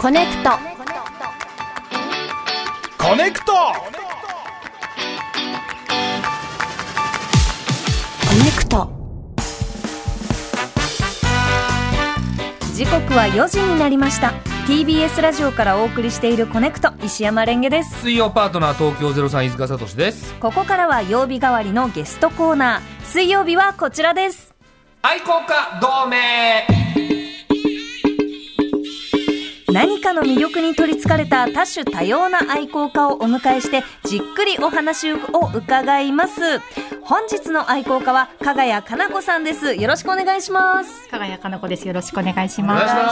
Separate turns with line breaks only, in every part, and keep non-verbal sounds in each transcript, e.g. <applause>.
コネクト
コネクト
コネクト
時刻は4時になりました TBS ラジオからお送りしているコネクト石山レンゲです
水曜パートナー東京ゼロさん飯塚聡です
ここからは曜日代わりのゲストコーナー水曜日はこちらです
愛好家同盟
何かの魅力に取りつかれた多種多様な愛好家をお迎えしてじっくりお話を伺います本日の愛好家は加賀谷かな子さんですよろしくお願いします
加賀谷かな子です。よろしくお願いし
お願いし
ます。
お願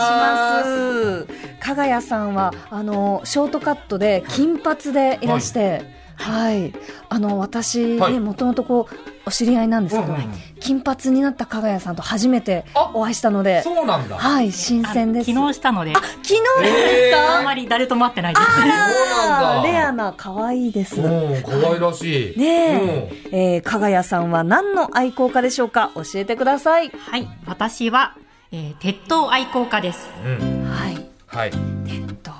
いします加賀谷さんはあのショートカットで金髪でいらして、はいあの私
はい
ねもともとこうお知り合いなんですけど、
うんうん
金髪になった加賀谷さんと初めて
あ
お会いしたので
そうなんだ
はい新鮮です
昨日したので、
あ昨日です
え
あ
か、
んまり誰と待ってないです。
そうなんだ
レアな可愛いですね
うん可愛らしい
え、えー、加賀谷さんは何の愛好家でしょうか教えてください
はい、私は、えー鉄塔愛好家です。
うんうん
はい
はい
えっと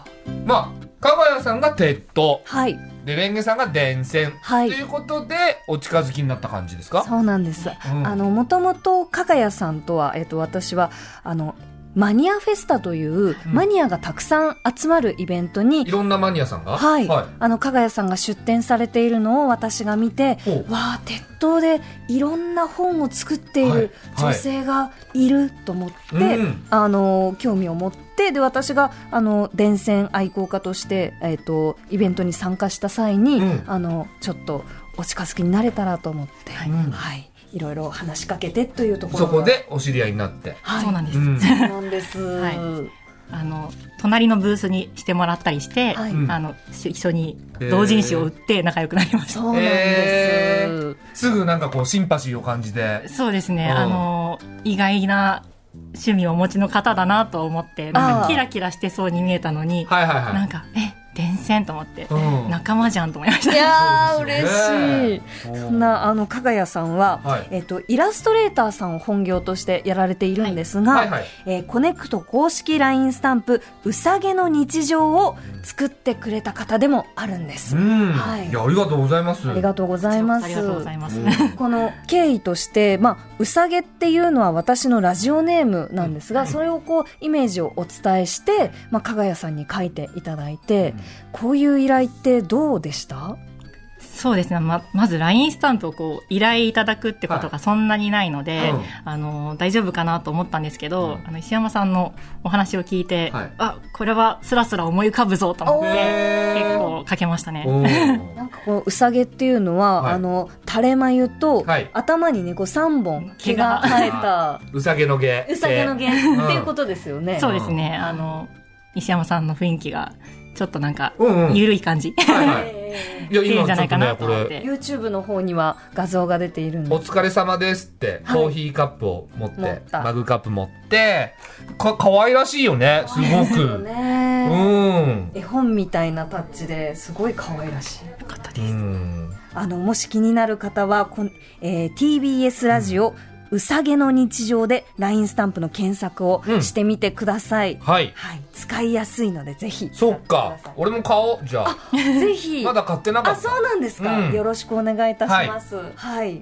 まあ加賀谷さんが鉄塔
はい
でレンゲさんが電線
はい
ということでお近づきになった感じですか
そうなんです。
ん
あの、もともと、加賀谷さんとは、えっ、と、私は、あの、マニアフェスタという、
うん
マニアがたくさん集まるイベントに
い、ろんなマニアさんが
はい、
は
あの、加賀谷さんが出展されているのを私が見て、
ほう
わあ、鉄塔でいろんな本を作ってい
はい
る女性がいると思って、
うん
あの、興味を持って、で、私が、あの、伝染愛好家として、えっ、と、イベントに参加した際に、
うん
あの、ちょっと、お近づきになれたらと思って、はい、
うん
い、ろいろ話しかけてというところ
そ
が
こ、でお知り合いになって
はい、
そうなん
で
です
う
す。
ん
す。そうなんです。
はいあの、隣のブースにしてもらったりして、
はい
うん
あの、し一緒に
へー
同人誌を売って仲良くなりました。
そうなんです。
えーすぐなんかこうシンパシーを感じ
<laughs>
て
そうですね、
うん
あの、意外な趣味をお持ちの方だなと思って、なん
あー
かキラキラしてそうに見えたのに、
はいはい
な
は
んか、え、電線と思って、
うん
仲間じゃんと思いました
い。やー、
そうで
嬉
すね
しい。
い
そんな、あの、加賀谷さんは、
はい
えっと、イラストレーターさんを本業としてやられているんですが、
はいはい
えーコネクト公式 LINE スタンプ、うさげの日常を作ってくれた方でもあるんです。
うん、
はい
いやありがとうございます
ありがとうございます。
ありがとうございます。
この経緯として、まあ、うさげっていうのは私のラジオネームなんですが、
うん
それをこう、イメージをお伝えして、まあ、加賀谷さんに書いていただいて、こういう依頼ってどうでした
そうですねままず LINE スタンプをこう依頼いただくってこと
は
がそんなにないので、
うん
あの大丈夫かなと思ったんですけど、
うん
あの石山さんのお話を聞いて、
はい
あこれはスラスラ思い浮かぶぞと思って
へ
結
ー
構かけましたね。
おー
なんかこのうさげっていうのは、
はい
あの、垂れ眉と、
はい
頭にね、こう3本毛
毛
が
が
生えた、
うさげの毛
うさげの毛
毛
っていうことですよね。
そうですねあの石山さんの雰囲気がちょっとなんか
うんうん
緩い感じ、
はいはい
え
いや
いいん
今
じ
ちょ
ゃな
っ
い
と
か
ね
な
こと
思っ
れ
ー
て。
YouTube の方には画像が出ているん
お
で
疲れ様ですって、
はい
コーヒーカップを持って
持った
マグカップ持ってか可愛らしいよねすご
すよ
くう
ね。
ん
絵本みたいなタッチですごい可愛らしい。
よかった
う
です
ん
あの、もし気になる方は、こんえー TBS ラジオ、うさげの日常で LINE スタンプの検索を
うん
してみてください。
はい
はい。使いやすいので、ぜひ。
そっか
使って
俺も買おうじゃあ
ください。ぜひ。
まだ買ってなか
あ、
っ
そ
た
うなんですか。
うん
よろしくお願いいたします。はい。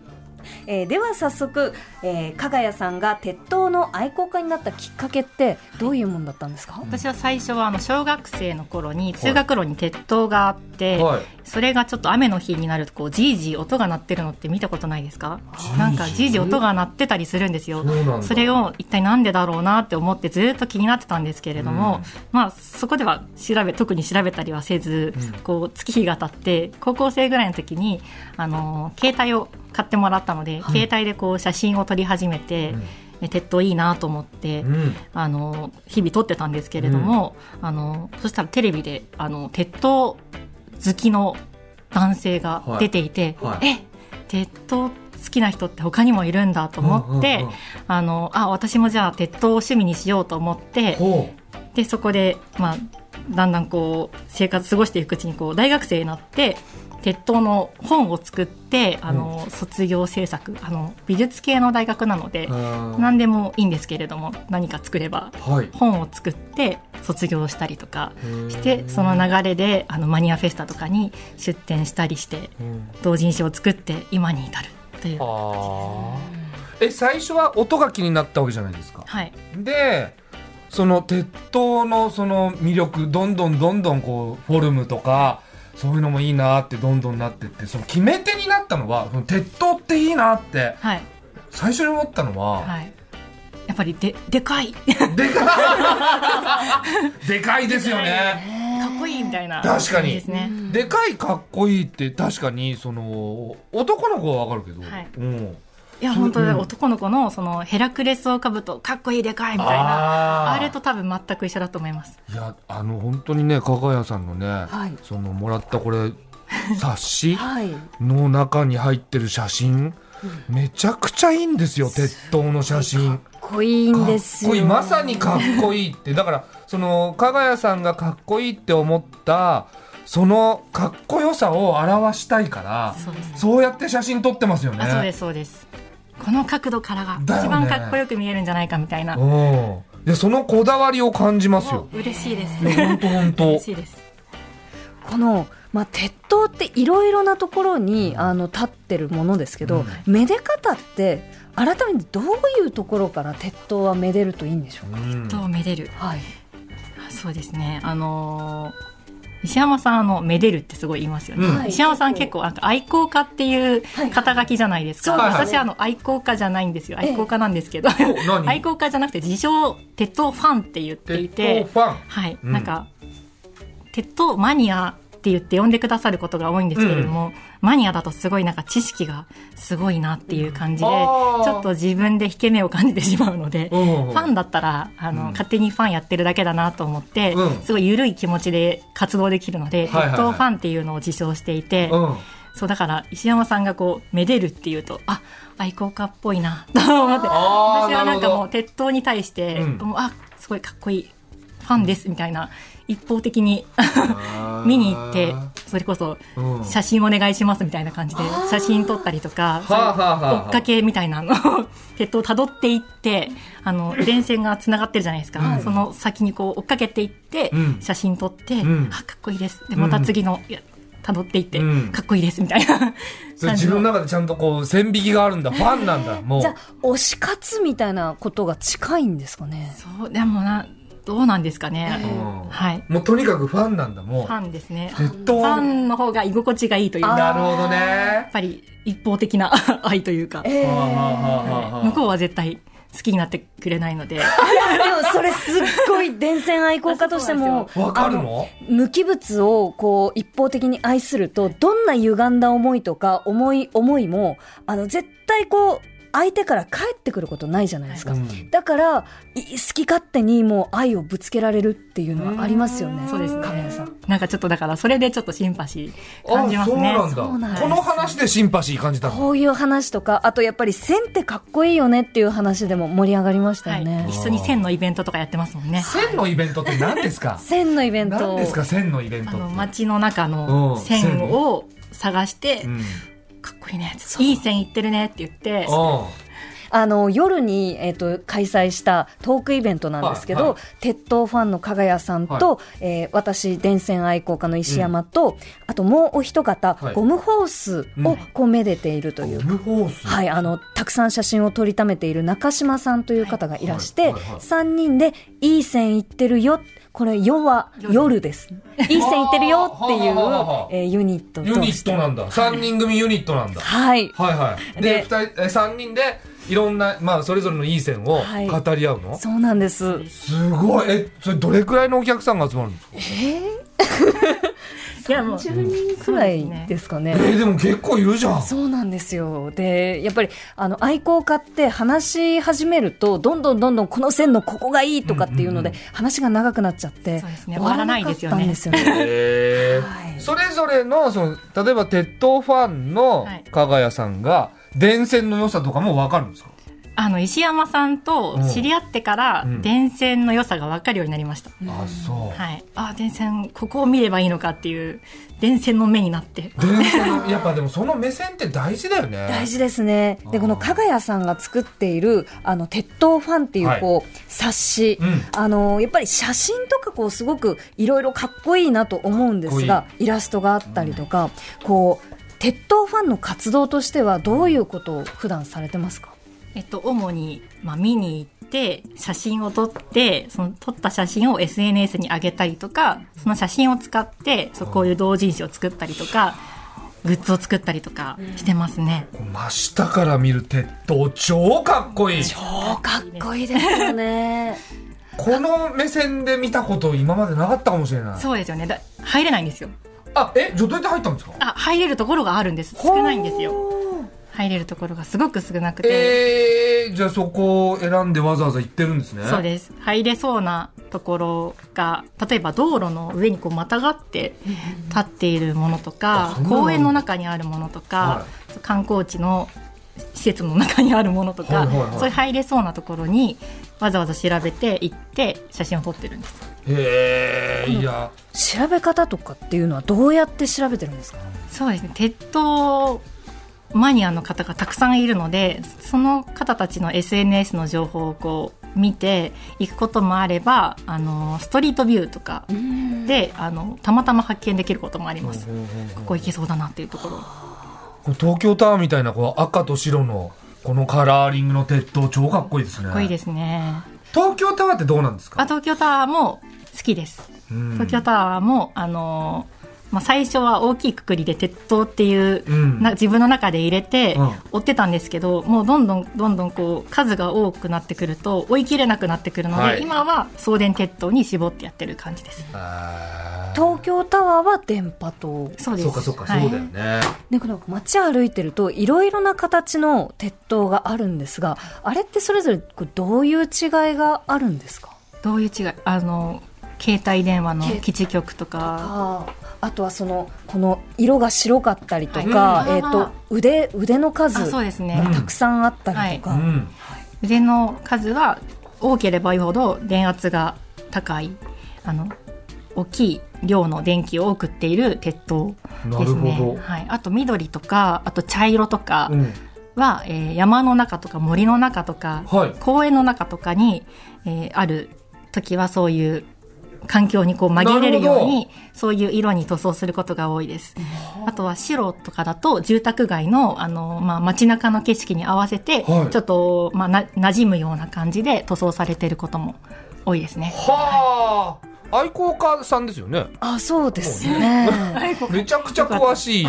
えーでは早速、えー、加賀谷さんが鉄塔の愛好家になったきっかけってどういうもんだったんですか、
私は最初はあの小学生の頃に通学路に鉄塔があって、
はい
それがちょっと雨の日になるとこうじいじい音が鳴ってるのって見たことないですか
ジージー
なんかじいじい音が鳴ってたりするんです
そ
よ
うなんだ
それを一体なんでだろうなって思ってずっと気になってたんですけれども、
うん
まあそこでは調べ特に調べたりはせず、
うん
こう月日が経って高校生ぐらいの時にあの携帯を買ってもらったので、携帯でこう写真を撮り始めて、え鉄塔いいなと思って、
うん
あの日々撮ってたんですけれども、あのそしたらテレビであの鉄塔好きの男性が出ていて、
はいはい
え鉄塔好きな人って他にもいるんだと思って、
うんうんうん
あのあ私もじゃあ鉄塔を趣味にしようと思って
ほ
でそこで、まあ、だんだんこう生活過ごしていくうちにこう大学生になって鉄塔の本を作ってあの、卒業制作あの美術系の大学なので、
なん
何でもいいんですけれども何か作れば
はい
本を作って卒業したりとかしてその流れであのマニアフェスタとかに出展したりして
うん
同人誌を作って今に至るという。
あーえ最初は音が気になったわけじゃないですか
はい、
でその鉄塔のその魅力どんどんどんどんこうフォルムとかそういうのもいいなってどんどんなってってその決め手になったのはその鉄塔っていいなって
はい、
最初に思ったのは、
はい。やっぱりで、でかい。か
でかい <laughs> でかいですよね。
っこいいみたいな。
確かに
ですね。
でかいかっこいいって確かにその男の子はわかるけど、
はい
うん、
いや、
そう
本当
うん
男の子の、そのヘラクレスをかぶと、かっこいいでかいみたいな。
あ
あ
ー
れと多分全く一緒だと思います。
いやあの本当にね加賀谷さんのね、
はい
そのもらったこれ冊子 <laughs>
はい。
の中に入ってる写真めちゃくちゃいいんですよ鉄塔の写真。
濃いんです
かっ
よ。
こいいまさにかっこいいってだからその加賀谷さんがかっこいいって思ったそのかっこよさを表したいから
そうです。
そうやって写真撮ってますよね。
あ、そうです、そうです。この角度からが
だよね
一番かっこよく見えるんじゃないかみたいな。
うんいやそのこだわりを感じますよ。
嬉しいです。
本当本当。
<laughs> 嬉しいです。
この、まあ、鉄塔っていろいろなところに、あの、立ってるものですけど、
う
めで方って、改めてどういうところから鉄塔はめでるといいんでしょうか、
うん
と、めでる。
はい。
あそうですね。あのー石山さん、あの、めでるってすごい言いますよね。
うん
はい
石山さん結構、なんか愛好家っていう
はい
肩書きじゃないですか。
そうですね
私、あの、愛好家じゃないんですよ。
ええ
愛好家なんですけど。
お何
愛好家じゃなくて、自称、鉄塔ファンって言ってい
鉄
て
塔、ファン。
はい、
うん
なんか、鉄塔マニアって言って呼んでくださることが多いんですけれども、マニアだとすごいなんか知識がすごいなっていう感じで、
うんあー
ちょっと自分で引け目を感じてしまうので、
うん
ファンだったらあの、
うん
勝手にファンやってるだけだなと思って、
うん
すごい緩い気持ちで活動できるの
は
で、
いはいはい
鉄塔ファンっていうのを自称していて、
うん。
そうだから石山さんがこうめでるっていうとあ愛好家っぽいなと思って
あー
私はなん
なる
かも
ほど
う鉄塔に対して、
うん
もうあすごいかっこいいファンですみたいな一方的に <laughs> 見に行ってそれこそ
うん
写真お願いしますみたいな感じで写真撮ったりとか
はあはあはあはあ
追っかけみたいなの <laughs> を鉄塔をたどっていってあの電線がつながってるじゃないですか、
うん
その先にこう追っかけていって、
うん
写真撮って、
ん
あかっこいいですでまた次の、いやたどっていって、
うん
かっこいいですみたいな感
そ
じ
れ
の
自分の中でちゃんとこう線引きがあるんだ。ファンなん
<laughs>
だ。もう
じ。ゃあ、推し活みたいなことが近いんですかね。
そうでもなどうなんですか
う
ね、
ん
はい
もうとにかくファンなんだ。も
ファンですね
う。鉄
フ
塔
ァ
の。
ンの方が居心地がいいというかや
なるほどね
っ。ぱり一方的な <laughs> 愛というか、
ええ
はあはあはあはあ
向こうは絶対好きになってくれないので
でもそれすっごい電線愛好家としても
わかるの
あの無機物をこう一方的に愛するとどんな歪んだ思いとか思い思いもあの絶対こう相手から返ってくることないじゃないですか、
うん
だからい好き勝手にもう愛をぶつけられるっていうのはありますよね
そうですね
亀谷さん
なんかちょっとだからそれでちょっとシンパシー感じ
あ、
ます
そう
ね
なんだ。
そうなんです
この話でシンパシー感じたの。
こういう話とかあとやっぱり線ってかっこいいよねっていう話でも盛り上がりました
は
よ
い
ね、
一緒に線のイベントとかやってますもんね
線のイベントって何です
<laughs>
か
線のイベント
何
を
ですか線のイベント
あ
って。
の街の中の
うん
線を探して、
うん。
かっこいいねいい線いってるねって言って
あ
あの夜に、えっと開催したトークイベントなんですけど、
はいは
鉄塔ファンの加賀谷さんと、えー私電線愛好家の石山と、あともうお一方、
はい
ゴムホースをこうめでていると
ゴ
いう。
ムホース。
はい、あの、たくさん写真を撮りためている中島さんという方がいらして、
はいはいはい
3人で、いい線いってるよ。これ、夜は夜です。いい線いってるよっていう
はあはあはあはあ、
えーユニットと。
ユニットなんだ。三人組ユニットなんだ。
はい。
はいはい。
で
で、二人、え三人で、いろんな、まあ、それぞれのいい線を
はい
語り合うの、
そうなんです。
すごい。え、それどれくらいのお客さんが集まるんですか
いやもう
10人くらいですか
え。
ね
ーでも結構いるじゃん。
そうなんですよ。で、やっぱり、あの、愛好家って話し始めると、どんどんどんどんこの線のここがいいとかっていうので、
うんう
話が長くなっちゃって、
そうですね終わらないですよね
終わらなか
<laughs>
ったんですよね
へー
はい
それぞれのその例えば鉄塔ファンの
はい
加賀谷さんが電線の良さとかも分かるんですか、
あの石山さんと知り合ってから
うん
電線の良さが分かるようになりました、
あそう、
はい、あ電線ここを見ればいいのかっていう電線の目になって
電線のやっ <laughs> ぱでもその目線って大事だよね
大事ですね
あー
でこの加賀谷さんが作っている「あの鉄塔ファン」ってい
は
う
い
こう、冊子、
うん
あのやっぱり写真とかこうすごくいろいろかっこいいなと思うんです
か
がイラストがあったりとか、こう鉄塔ファンの活動としてはどういうことを普段されてますか
えっと、主に、まあ、見に行って、写真を撮って、その撮った写真を SNS に上げたりとか、その写真を使って、そうこういう同人誌を作ったりとか、グッズを作ったりとかしてますね。
こう真下から見る鉄塔超かっこいい
超かっこいいですよね
この目線で見たこと今までなかったかもしれない
そうですよね。だ入れないんですよ。
あえじゃあどうやって入ったんですか
あ、入れるところがあるんです。少ないんですよ。入れるところがすごく少なくて。
えー、じゃあそこを選んでわざわざ行ってるんですね
そうです。入れそうなところが、例えば道路の上にこうまたがって立っているものと
あ
か
そん、なのある
公園の中にあるものと
は
か、観光地の施設の中にあるものとか、
はいはいはい
そういう入れそうなところにわざわざ調べて行って写真を撮ってるんです。
いへえいや
<laughs> 調べ方とかっていうのはどうやって調べてるんですか
そうですね鉄塔マニアの方がたくさんいるのでその方たちの SNS の情報をこう見ていくこともあればあのストリートビューとかであのたまたま発見できることもあります。ここ行けそうだなっていうところ。
こう東京タワーみたいなこう赤と白のこのカラーリングの鉄塔超かっこいいですね
かっこいいですね。
東京タワーってどうなんですか
あ東京タワーも好きです。
うん
東京タワーも、あのーまあ、最初は大きいくくりで鉄塔っていう、
うん
な自分の中で入れて
うん
追ってたんですけど、もうどんどんどんどんこう数が多くなってくると追い切れなくなってくるので、
はい
今は送電鉄塔に絞ってやってる感じです。
あー
東京タワーは電波塔
そうで
そ
す
うかそうか、そうだよね
でこの街歩いてるといろいろな形の鉄塔があるんですがあれってそれぞれこうどういう違いがあるんですか
どういう違いあの携帯電話の基地局とか
ああとはそのこの色が白かったりとか、
はい
えー、と腕腕の
あ
数
そうですね、
うん
たくさんあったりとか、
うん
腕の数は多ければ多いほど電圧が高いあの大きい量の電気を送っている鉄塔
な
で
る
す
ほ
ね、はい、あと緑とかあと茶色とか
ど、うん、
は、えー山の中とか森の中とか、
はい
公園の中とかに、えーある時はそういう環境にこう紛れるよう
なる
にそういう色に塗装することが多いです。あとは白とかだと住宅街のあの、まあ、街中の景色に合わせて、
はい
ちょっと、まあ、な馴染むような感じで塗装されていることも多いですね。
はあ愛好家さんですよね
あそうですね
めちゃくちゃ詳しい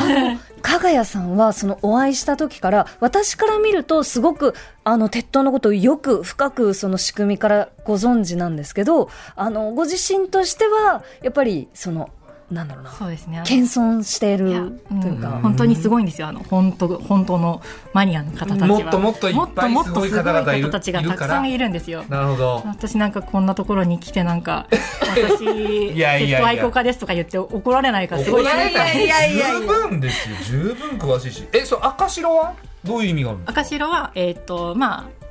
加賀谷さんはそのお会いした時から私から見るとすごくあの鉄塔のことをよく深くその仕組みからご存知なんですけどあのご自身としてはやっぱりそのなんだろうな
そうですねあの
謙遜してい
いや
る
うん
というか、
本当にすごいんですよあの本当本当のマニアの方たちは
もっともっといっぱい
もっともっと
すごい方々いる
すごいたちがたくさんいるんですよ
なるほど
私なんかこんなところに来てなんか
<laughs>
私
いやいやいや
ペット愛好家ですとか言って怒られないからすごい
怒られない
いやいやいや
十分ですよ十分詳しいしえそう赤白はどういう意味があるの
赤白はえっ、とまあ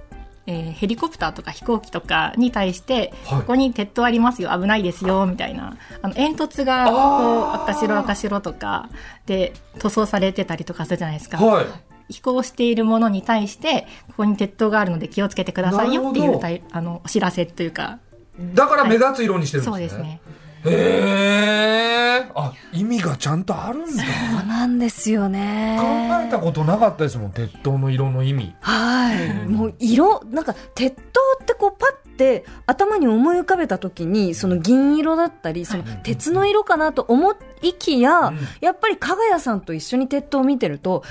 えーヘリコプターとか飛行機とかに対して、
はい
ここに鉄塔ありますよ危ないですよみたいなあの煙突がこう
あー
赤白赤白とかで塗装されてたりとかするじゃないですか、
はい
飛行しているものに対してここに鉄塔があるので気をつけてくださいよって
なるほ
いう
ど
たいあのお知らせというか
だから目立つ色にしてるん
そう
で
ですす
ね、
ね
へえあ意味がちゃんとあるんだ
そうなんですよね
考えたことなかったですもん鉄塔の色の意味
はい、もう色なんか鉄塔ってこうパッて頭に思い浮かべた時にその銀色だったりその鉄の色かなと思いきや、
うん
やっぱり加賀谷さんと一緒に鉄塔を見てると、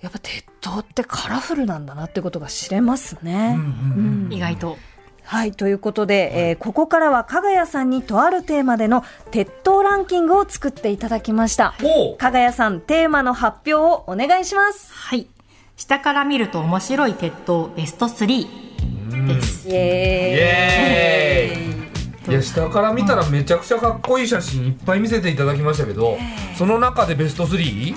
やっぱ鉄塔ってカラフルなんだなってことが知れますね。
意外と
はい、ということで、えーここからは加賀谷さんにとあるテーマでの鉄塔ランキングを作っていただきました。
おう
加賀谷さん、テーマの発表をお願いします。
はい下から見ると面白い鉄塔ベスト3です、
イエーイ。
いや下から見たらめちゃくちゃかっこいい写真いっぱい見せていただきましたけどその中でベスト 3?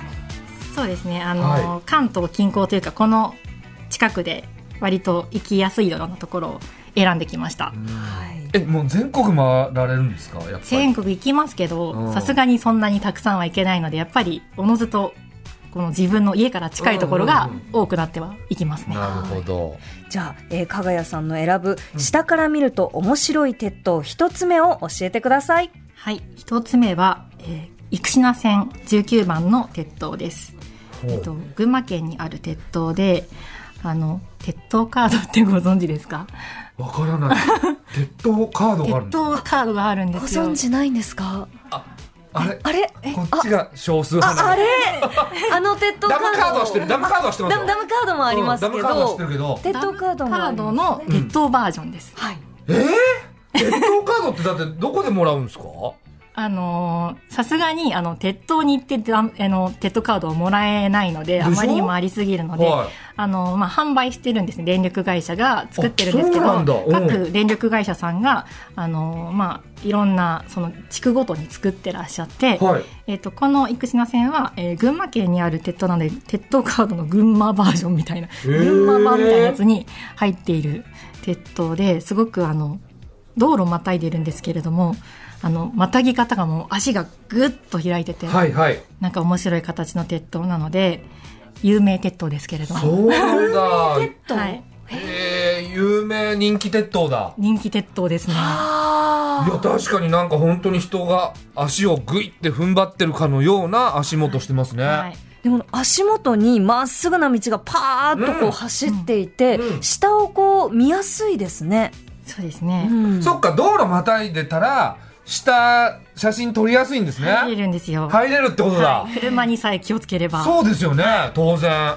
そうですねあの、
は
関東近郊というかこの近くで割と行きやすいようなところを選んできました。
はい
えもう全国回られるんですかやっぱ
全
り
国行きますけ
う
ど
ん
さすがにそんなにたくさんはいけないのでやっぱりおのずとこの自分の家から近いところが
うんうんうん
多くなってはいきますね。
なるほど
じゃあ、えー、加賀谷さんの選ぶ下から見ると面白い鉄塔一つ目を教えてください。
はい、一つ目は、えー、生品線19番の鉄塔です。えっと、群馬県にある鉄塔で、あの、鉄塔カードってご存知ですか
わから
<laughs>
ない鉄塔カードがあるん
鉄
です
塔カードがあるんで
ご
すよ。
存知ないんですか
あれ
あれえ
こっちが少数派
あ
な
あ
の
れあの鉄塔
ダ
カード
ムカードはしてるダムカードはしてます
ダ
よ
ムダムカードもありますけ
うんダムカードは知
ど
ってるけど
鉄塔カードも
カ
あ
ー
り
ド
ます
の
ね
鉄塔バージョンです。
はい
えー、鉄塔カードってだってどこでもらうんですか
あのーさすがに、あの、鉄塔に行ってだ、あの、鉄塔カードをもらえないので、
でしょ
あまりにもありすぎるので、
はい
あの、まあ、販売してるんですね。電力会社が作ってるんですけ
あそうなんだ
ど
う、ん
各電力会社さんが、あの、まあ、いろんな、その、地区ごとに作ってらっしゃって、
はい
えっ、と、この生品線は、えー群馬県にある鉄塔なので、鉄塔カードの群馬バージョンみたいな、
ー
群馬版みたいなやつに入っている鉄塔で、すごくあの、道路またいでるんですけれども、あの、またぎ方がもう足がぐっと開いてて、
はいはい
なんか面白い形の鉄塔なので、有名鉄塔ですけれど
そ
も、
うなんだ
塔
はい、
えー、有名人気鉄塔だ
人気鉄塔ですね。
いや確かになんか本当に人が足をグイって踏ん張ってるかのような足元してますね、
はい
でも足元にまっすぐな道がパーッとこ
う
うん走っていて、
うん
下をこう見やすいですね、
そうですね。
うん
そっか道路またいでたら下写真撮りやすいんですね
入れるんですよ。
入れるってことだ、
はい車にさえ気をつければ。
そうですよね当然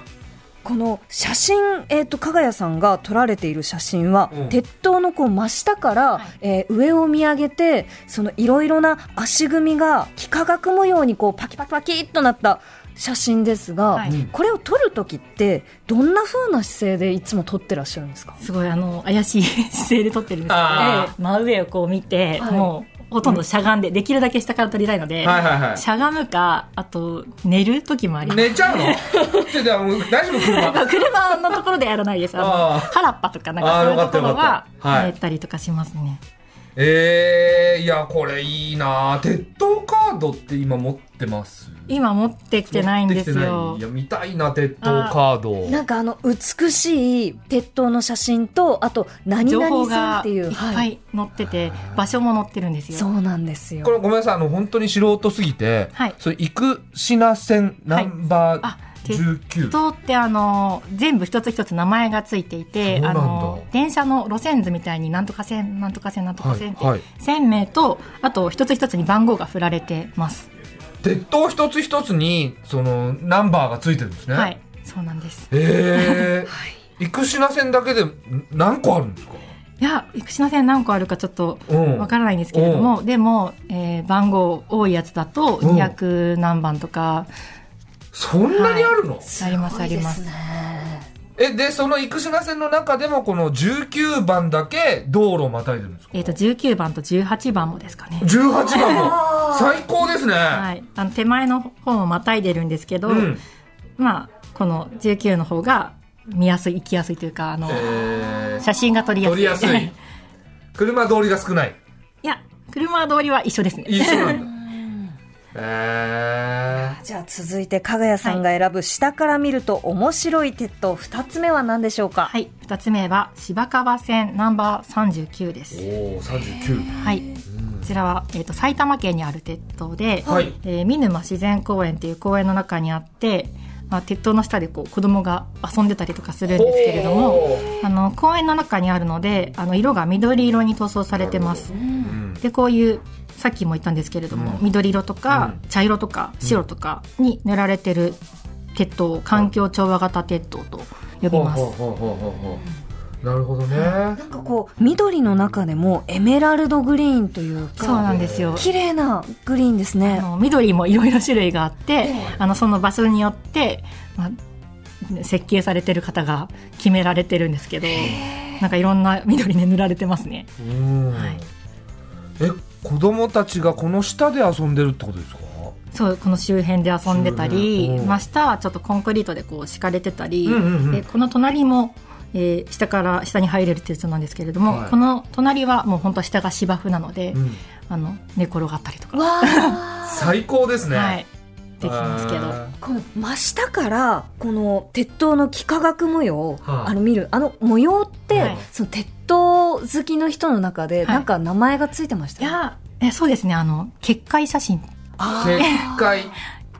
この写真、えー、と加賀谷さんが撮られている写真は、
うん
鉄塔のこう真下から、
い
えー上を見上げてそのいろいろな足組みが幾何学模様にこうパキパキパキっとなった写真ですが、
はい
これを撮る時ってどんな風な姿勢でいつも撮ってらっしゃるんですか
すごいあの怪しい姿勢で撮ってるんですけど、
あ
真上をこう見て、
はい
もうほとんどしゃがんで、できるだけ下から撮りたいので、
はいはいはい
しゃがむかあと寝る時もあります、
寝ちゃ
<laughs>
うのちょっともう大丈夫車
まあ車のところでやらないですあの
あー
原っぱとかなん
あ
か
ー
そういうところ
よか
は
ったよかったはい
寝たりとかしますね、
えー、いやこれいいな鉄塔カードって今持ってます
今持ってきてないんです
持ってきてない
よ
いや見たいな鉄塔カード
なんかあの美しい鉄塔の写真とあと何
情
々
報
線っ
が
て
い
い
っ
う
ぱ
はい、
い載ってて、場所も載ってるんですよ
そうなんですよ
これごめんなさいあの本当に素人すぎて、
はい
それ生品線ナンバー
あ鉄
19、
塔ってあの全部一つ一つ名前がついていて
そうな
あ
んだ
の電車の路線図みたいになんとか線なんとか線なんとか線って、
はいはい
線名とあと一つ一つに番号が振られてます。
鉄塔一つ一つにそのナンバーがついてるんですね、
はい、そうなんです。
えー、生品線だけでん何個あるんですか
いや生品線何個あるかちょっと
うん
わからないんですけれども、でも、えー番号多いやつだと
うん
200何番とか
そんなにあるの、
ありますあります。
すごいですね
えでその生品線の中でもこの19番だけ道路をまたいでるんですか
えっ、と19番と18番もですかね。
18番
<laughs>
も最高ですね、
はい、あの手前の方をまたいでるんですけど、
うん
まあ、この19の方が見やすい、行きやすいというか、あの、
えー、
写真が撮りやすい。
取りやすい車通りが少ない
<laughs> いや、車通りは一緒ですね。
一緒なんだえ
じゃあ続いて加賀谷さんが選ぶ下から見ると面白い鉄塔2つ目は何でしょうか、
はい、二つ目は芝川線ナンバー39で
ー、
す。
おお39
はい、こちらは、えっ、と、埼玉県にある鉄塔で、
はい
えー見沼自然公園という公園の中にあって、まあ、鉄塔の下でこう子供が遊んでたりとかするんですけれども、
おー
あの公園の中にあるので、あの色が緑色に塗装されてます。
うん
でこういうさっきも言ったんですけれども、
うん
緑色とか、
う
茶色とか白とかに塗られてる鉄塔環境調和型鉄塔と呼びます。
ほうほうほうほうほうなるほどね
なんかこう緑の中でもエメラルドグリーンという
そう
か
なんですよ。
綺麗なグリーンです
あ
ね
の緑もいろいろ種類があって、あのその場所によって、まあ、設計されてる方が決められてるんですけど、なんかいろんな緑で塗られてますね。
うん、
はい
え子供たちがこの下で遊んでるってことですか
そうこの周辺で遊んでた
周
り、
辺うん
まあ、下はちょっとコンクリートでこう敷かれてたり、
うんうんうん
でこの隣も、ええー下から下に入れるっていうやつなんですけれども、
はい
この隣はもう本当は下が芝生なので、
うん
あの寝転がったりとか、
わあ
最高ですね、
はい、できますけど
あ
<laughs> この真下からこの鉄塔の幾何学模様を、
はい
あの見るあの模様って、
はい
その鉄塔好きの人の中で、
はい
なんか名前がついてまし
い
たよね
やえそうですねあの結界写真
あ
ー
ー
結
<laughs>
界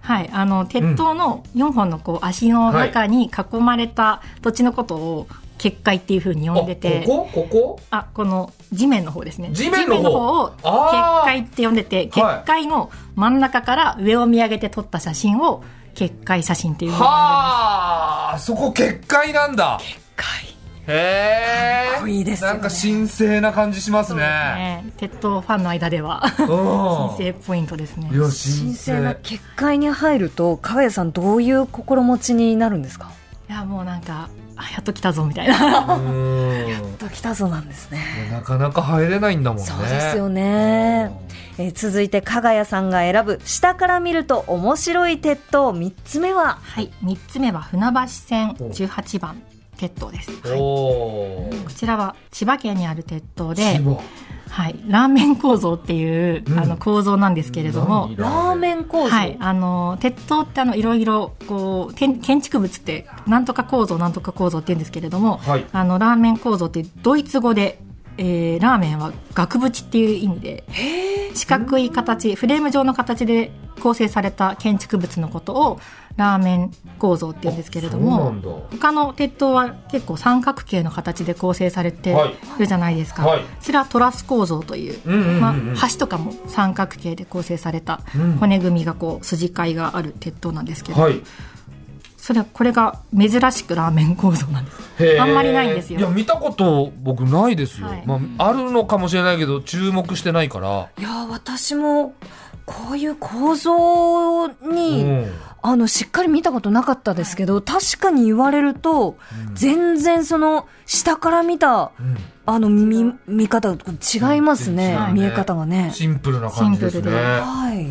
はい、あの鉄塔の4本のこう足の中に囲まれた土地のことを結界っていうふうに呼んでて、
あここここ
あこの地面の方ですね
地面の方
を結
あー
界って呼んでて結
はい
界の真ん中から上を見上げて撮った写真を結界写真っていうふうに呼んでます
はあそこ結界なんだ結界へえ
かっこいいですよね
なんか神聖な感じします
そう
ね
ですね鉄塔ファンの間では
うん
申請ポイントですね
いや神聖
神聖な結界に入ると加賀谷さんどういう心持ちになるんですか
いやもうなんかあやっと来たぞみたいな
うん
ときたぞなんですね
なかなか入れないんだもんね
そうですよねえー続いて加賀谷さんが選ぶ下から見ると面白い鉄塔3つ目は
はい3つ目は船橋線
お
18番鉄塔です、
うん
はい
お
こちらは千葉県にある鉄塔
ー
で
千、葉
はい、ラーメン構造っていう、
うん
あの構造なんですけれども
何、
ラーメン構造、
はい、あの鉄塔ってあのいろいろこう建建築物ってなんとか構造なんとか構造って言うんですけれども、
はい
あのラーメン構造ってドイツ語で、えーラーメンは額縁っていう意味で四角い形フレーム状の形で構成された建築物のことをラーメン構造って言うんですけれども。
そうなん
他の鉄塔は結構三角形の形で構成されて
はい
るじゃないですか、
はい
それはトラス構造という,、
うんうんうんうん
まあ、橋とかも三角形で構成された
うん
骨組みがこう筋交いがある鉄塔なんですけど、
だはい
それはこれが珍しくラーメン構造なんです
へー
あんまりないんですよ
いや見たこと僕ないですよ、
はい
まあ、あるのかもしれないけど注目してないから、
いやー私もこういう構造に、
うん
あのしっかり見たことなかったですけど、確かに言われると、全然その下から見た
うん
あの見見方違います
うん
ね、
違うね
見え方がね。
シンプルな感じです
シンプルで
ね
はい、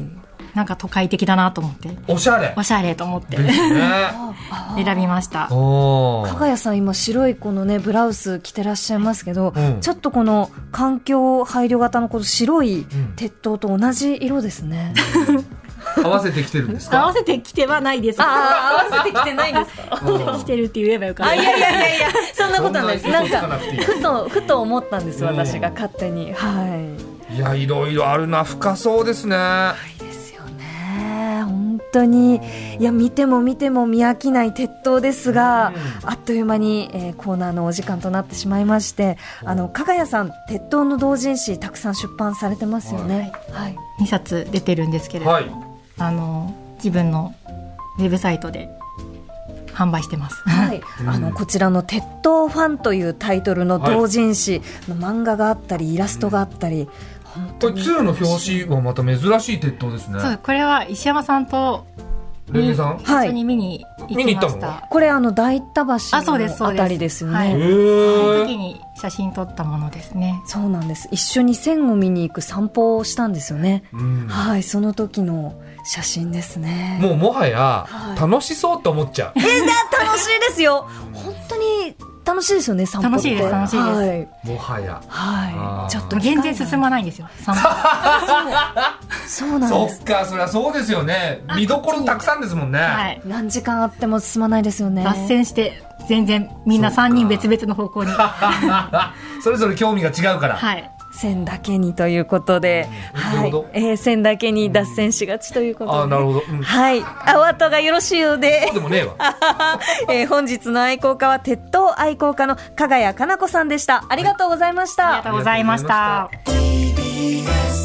なんか都会的だなと思って
おしゃれ
おしゃれと思って
ですね
ああ
選びました
お
加賀
ー
谷さん今白いこのねブラウス着てらっしゃいますけど、
うん
ちょっとこの環境配慮型のこの白
う
い
ん
鉄塔と同じ色ですね、
合わせてきてるんです
合わ
か
せてきてはないです
ああ合わせてきてないんですか
合わせてきてるって言えばよか
<laughs> あ
っ
いやいやいやいやそんなことはないです
そんな
なん
嘘つか
か
なくていい
ふとふと思ったんです
うん
私が勝手にはい
いやいろいろあるな深そうですね
いいですよね本当にいや見ても見ても見飽きない鉄塔ですが、あっという間に、えーコーナーのお時間となってしまいましてあの加賀谷さん鉄塔の同人誌たくさん出版されてますよねはい、
た2冊出てるんですけれど、
はい
あの自分のウェブサイトで販売してます
はい、あのこちらの「鉄塔ファン」というタイトルの同人誌、の漫画があったりイラストがあったり、本
こ
当
れ
に
2の表紙はまた珍しい鉄塔ですね
そうこれは石山さんと
レミさん
は
一
い
緒に見に行きま
見に行った
し
の
た、
これあの大田橋
あそうです
の
そう
あ
です
たりですよね、
はい
へ
その
え
時に写真撮ったものですね
そうなんです一緒に線を見に行く散歩をしたんですよね、
うん
はいその時の写真ですね
もうもはや
はい
楽しそうと思っちゃう
楽しいですよ本当に楽しいですよね散歩って
楽しいです楽しいです
はい、
もはやあー
はい、ちょっと
もう全然進まないんです
<laughs>
よ散歩
そうなん
そ
で
っ
す
かそりゃそうですよね見どころたくさんですもんね、
はい
何時間あっても進まないですよね
脱線して全然みんな
そっか
3人別々の方向には
<laughs> それぞれ興味が違うから、
い
線だけにということで、
うん
は
なるほど
い、えー、線だけに脱線しがちということで、
ああなるほど、うん
はい、あ、お後がよろしいようで
そう、でもねえわ
えー、本日の愛好家は鉄塔愛好家の加賀谷かな子さんでした。ありがとうございました。
ありがとうございました
TBS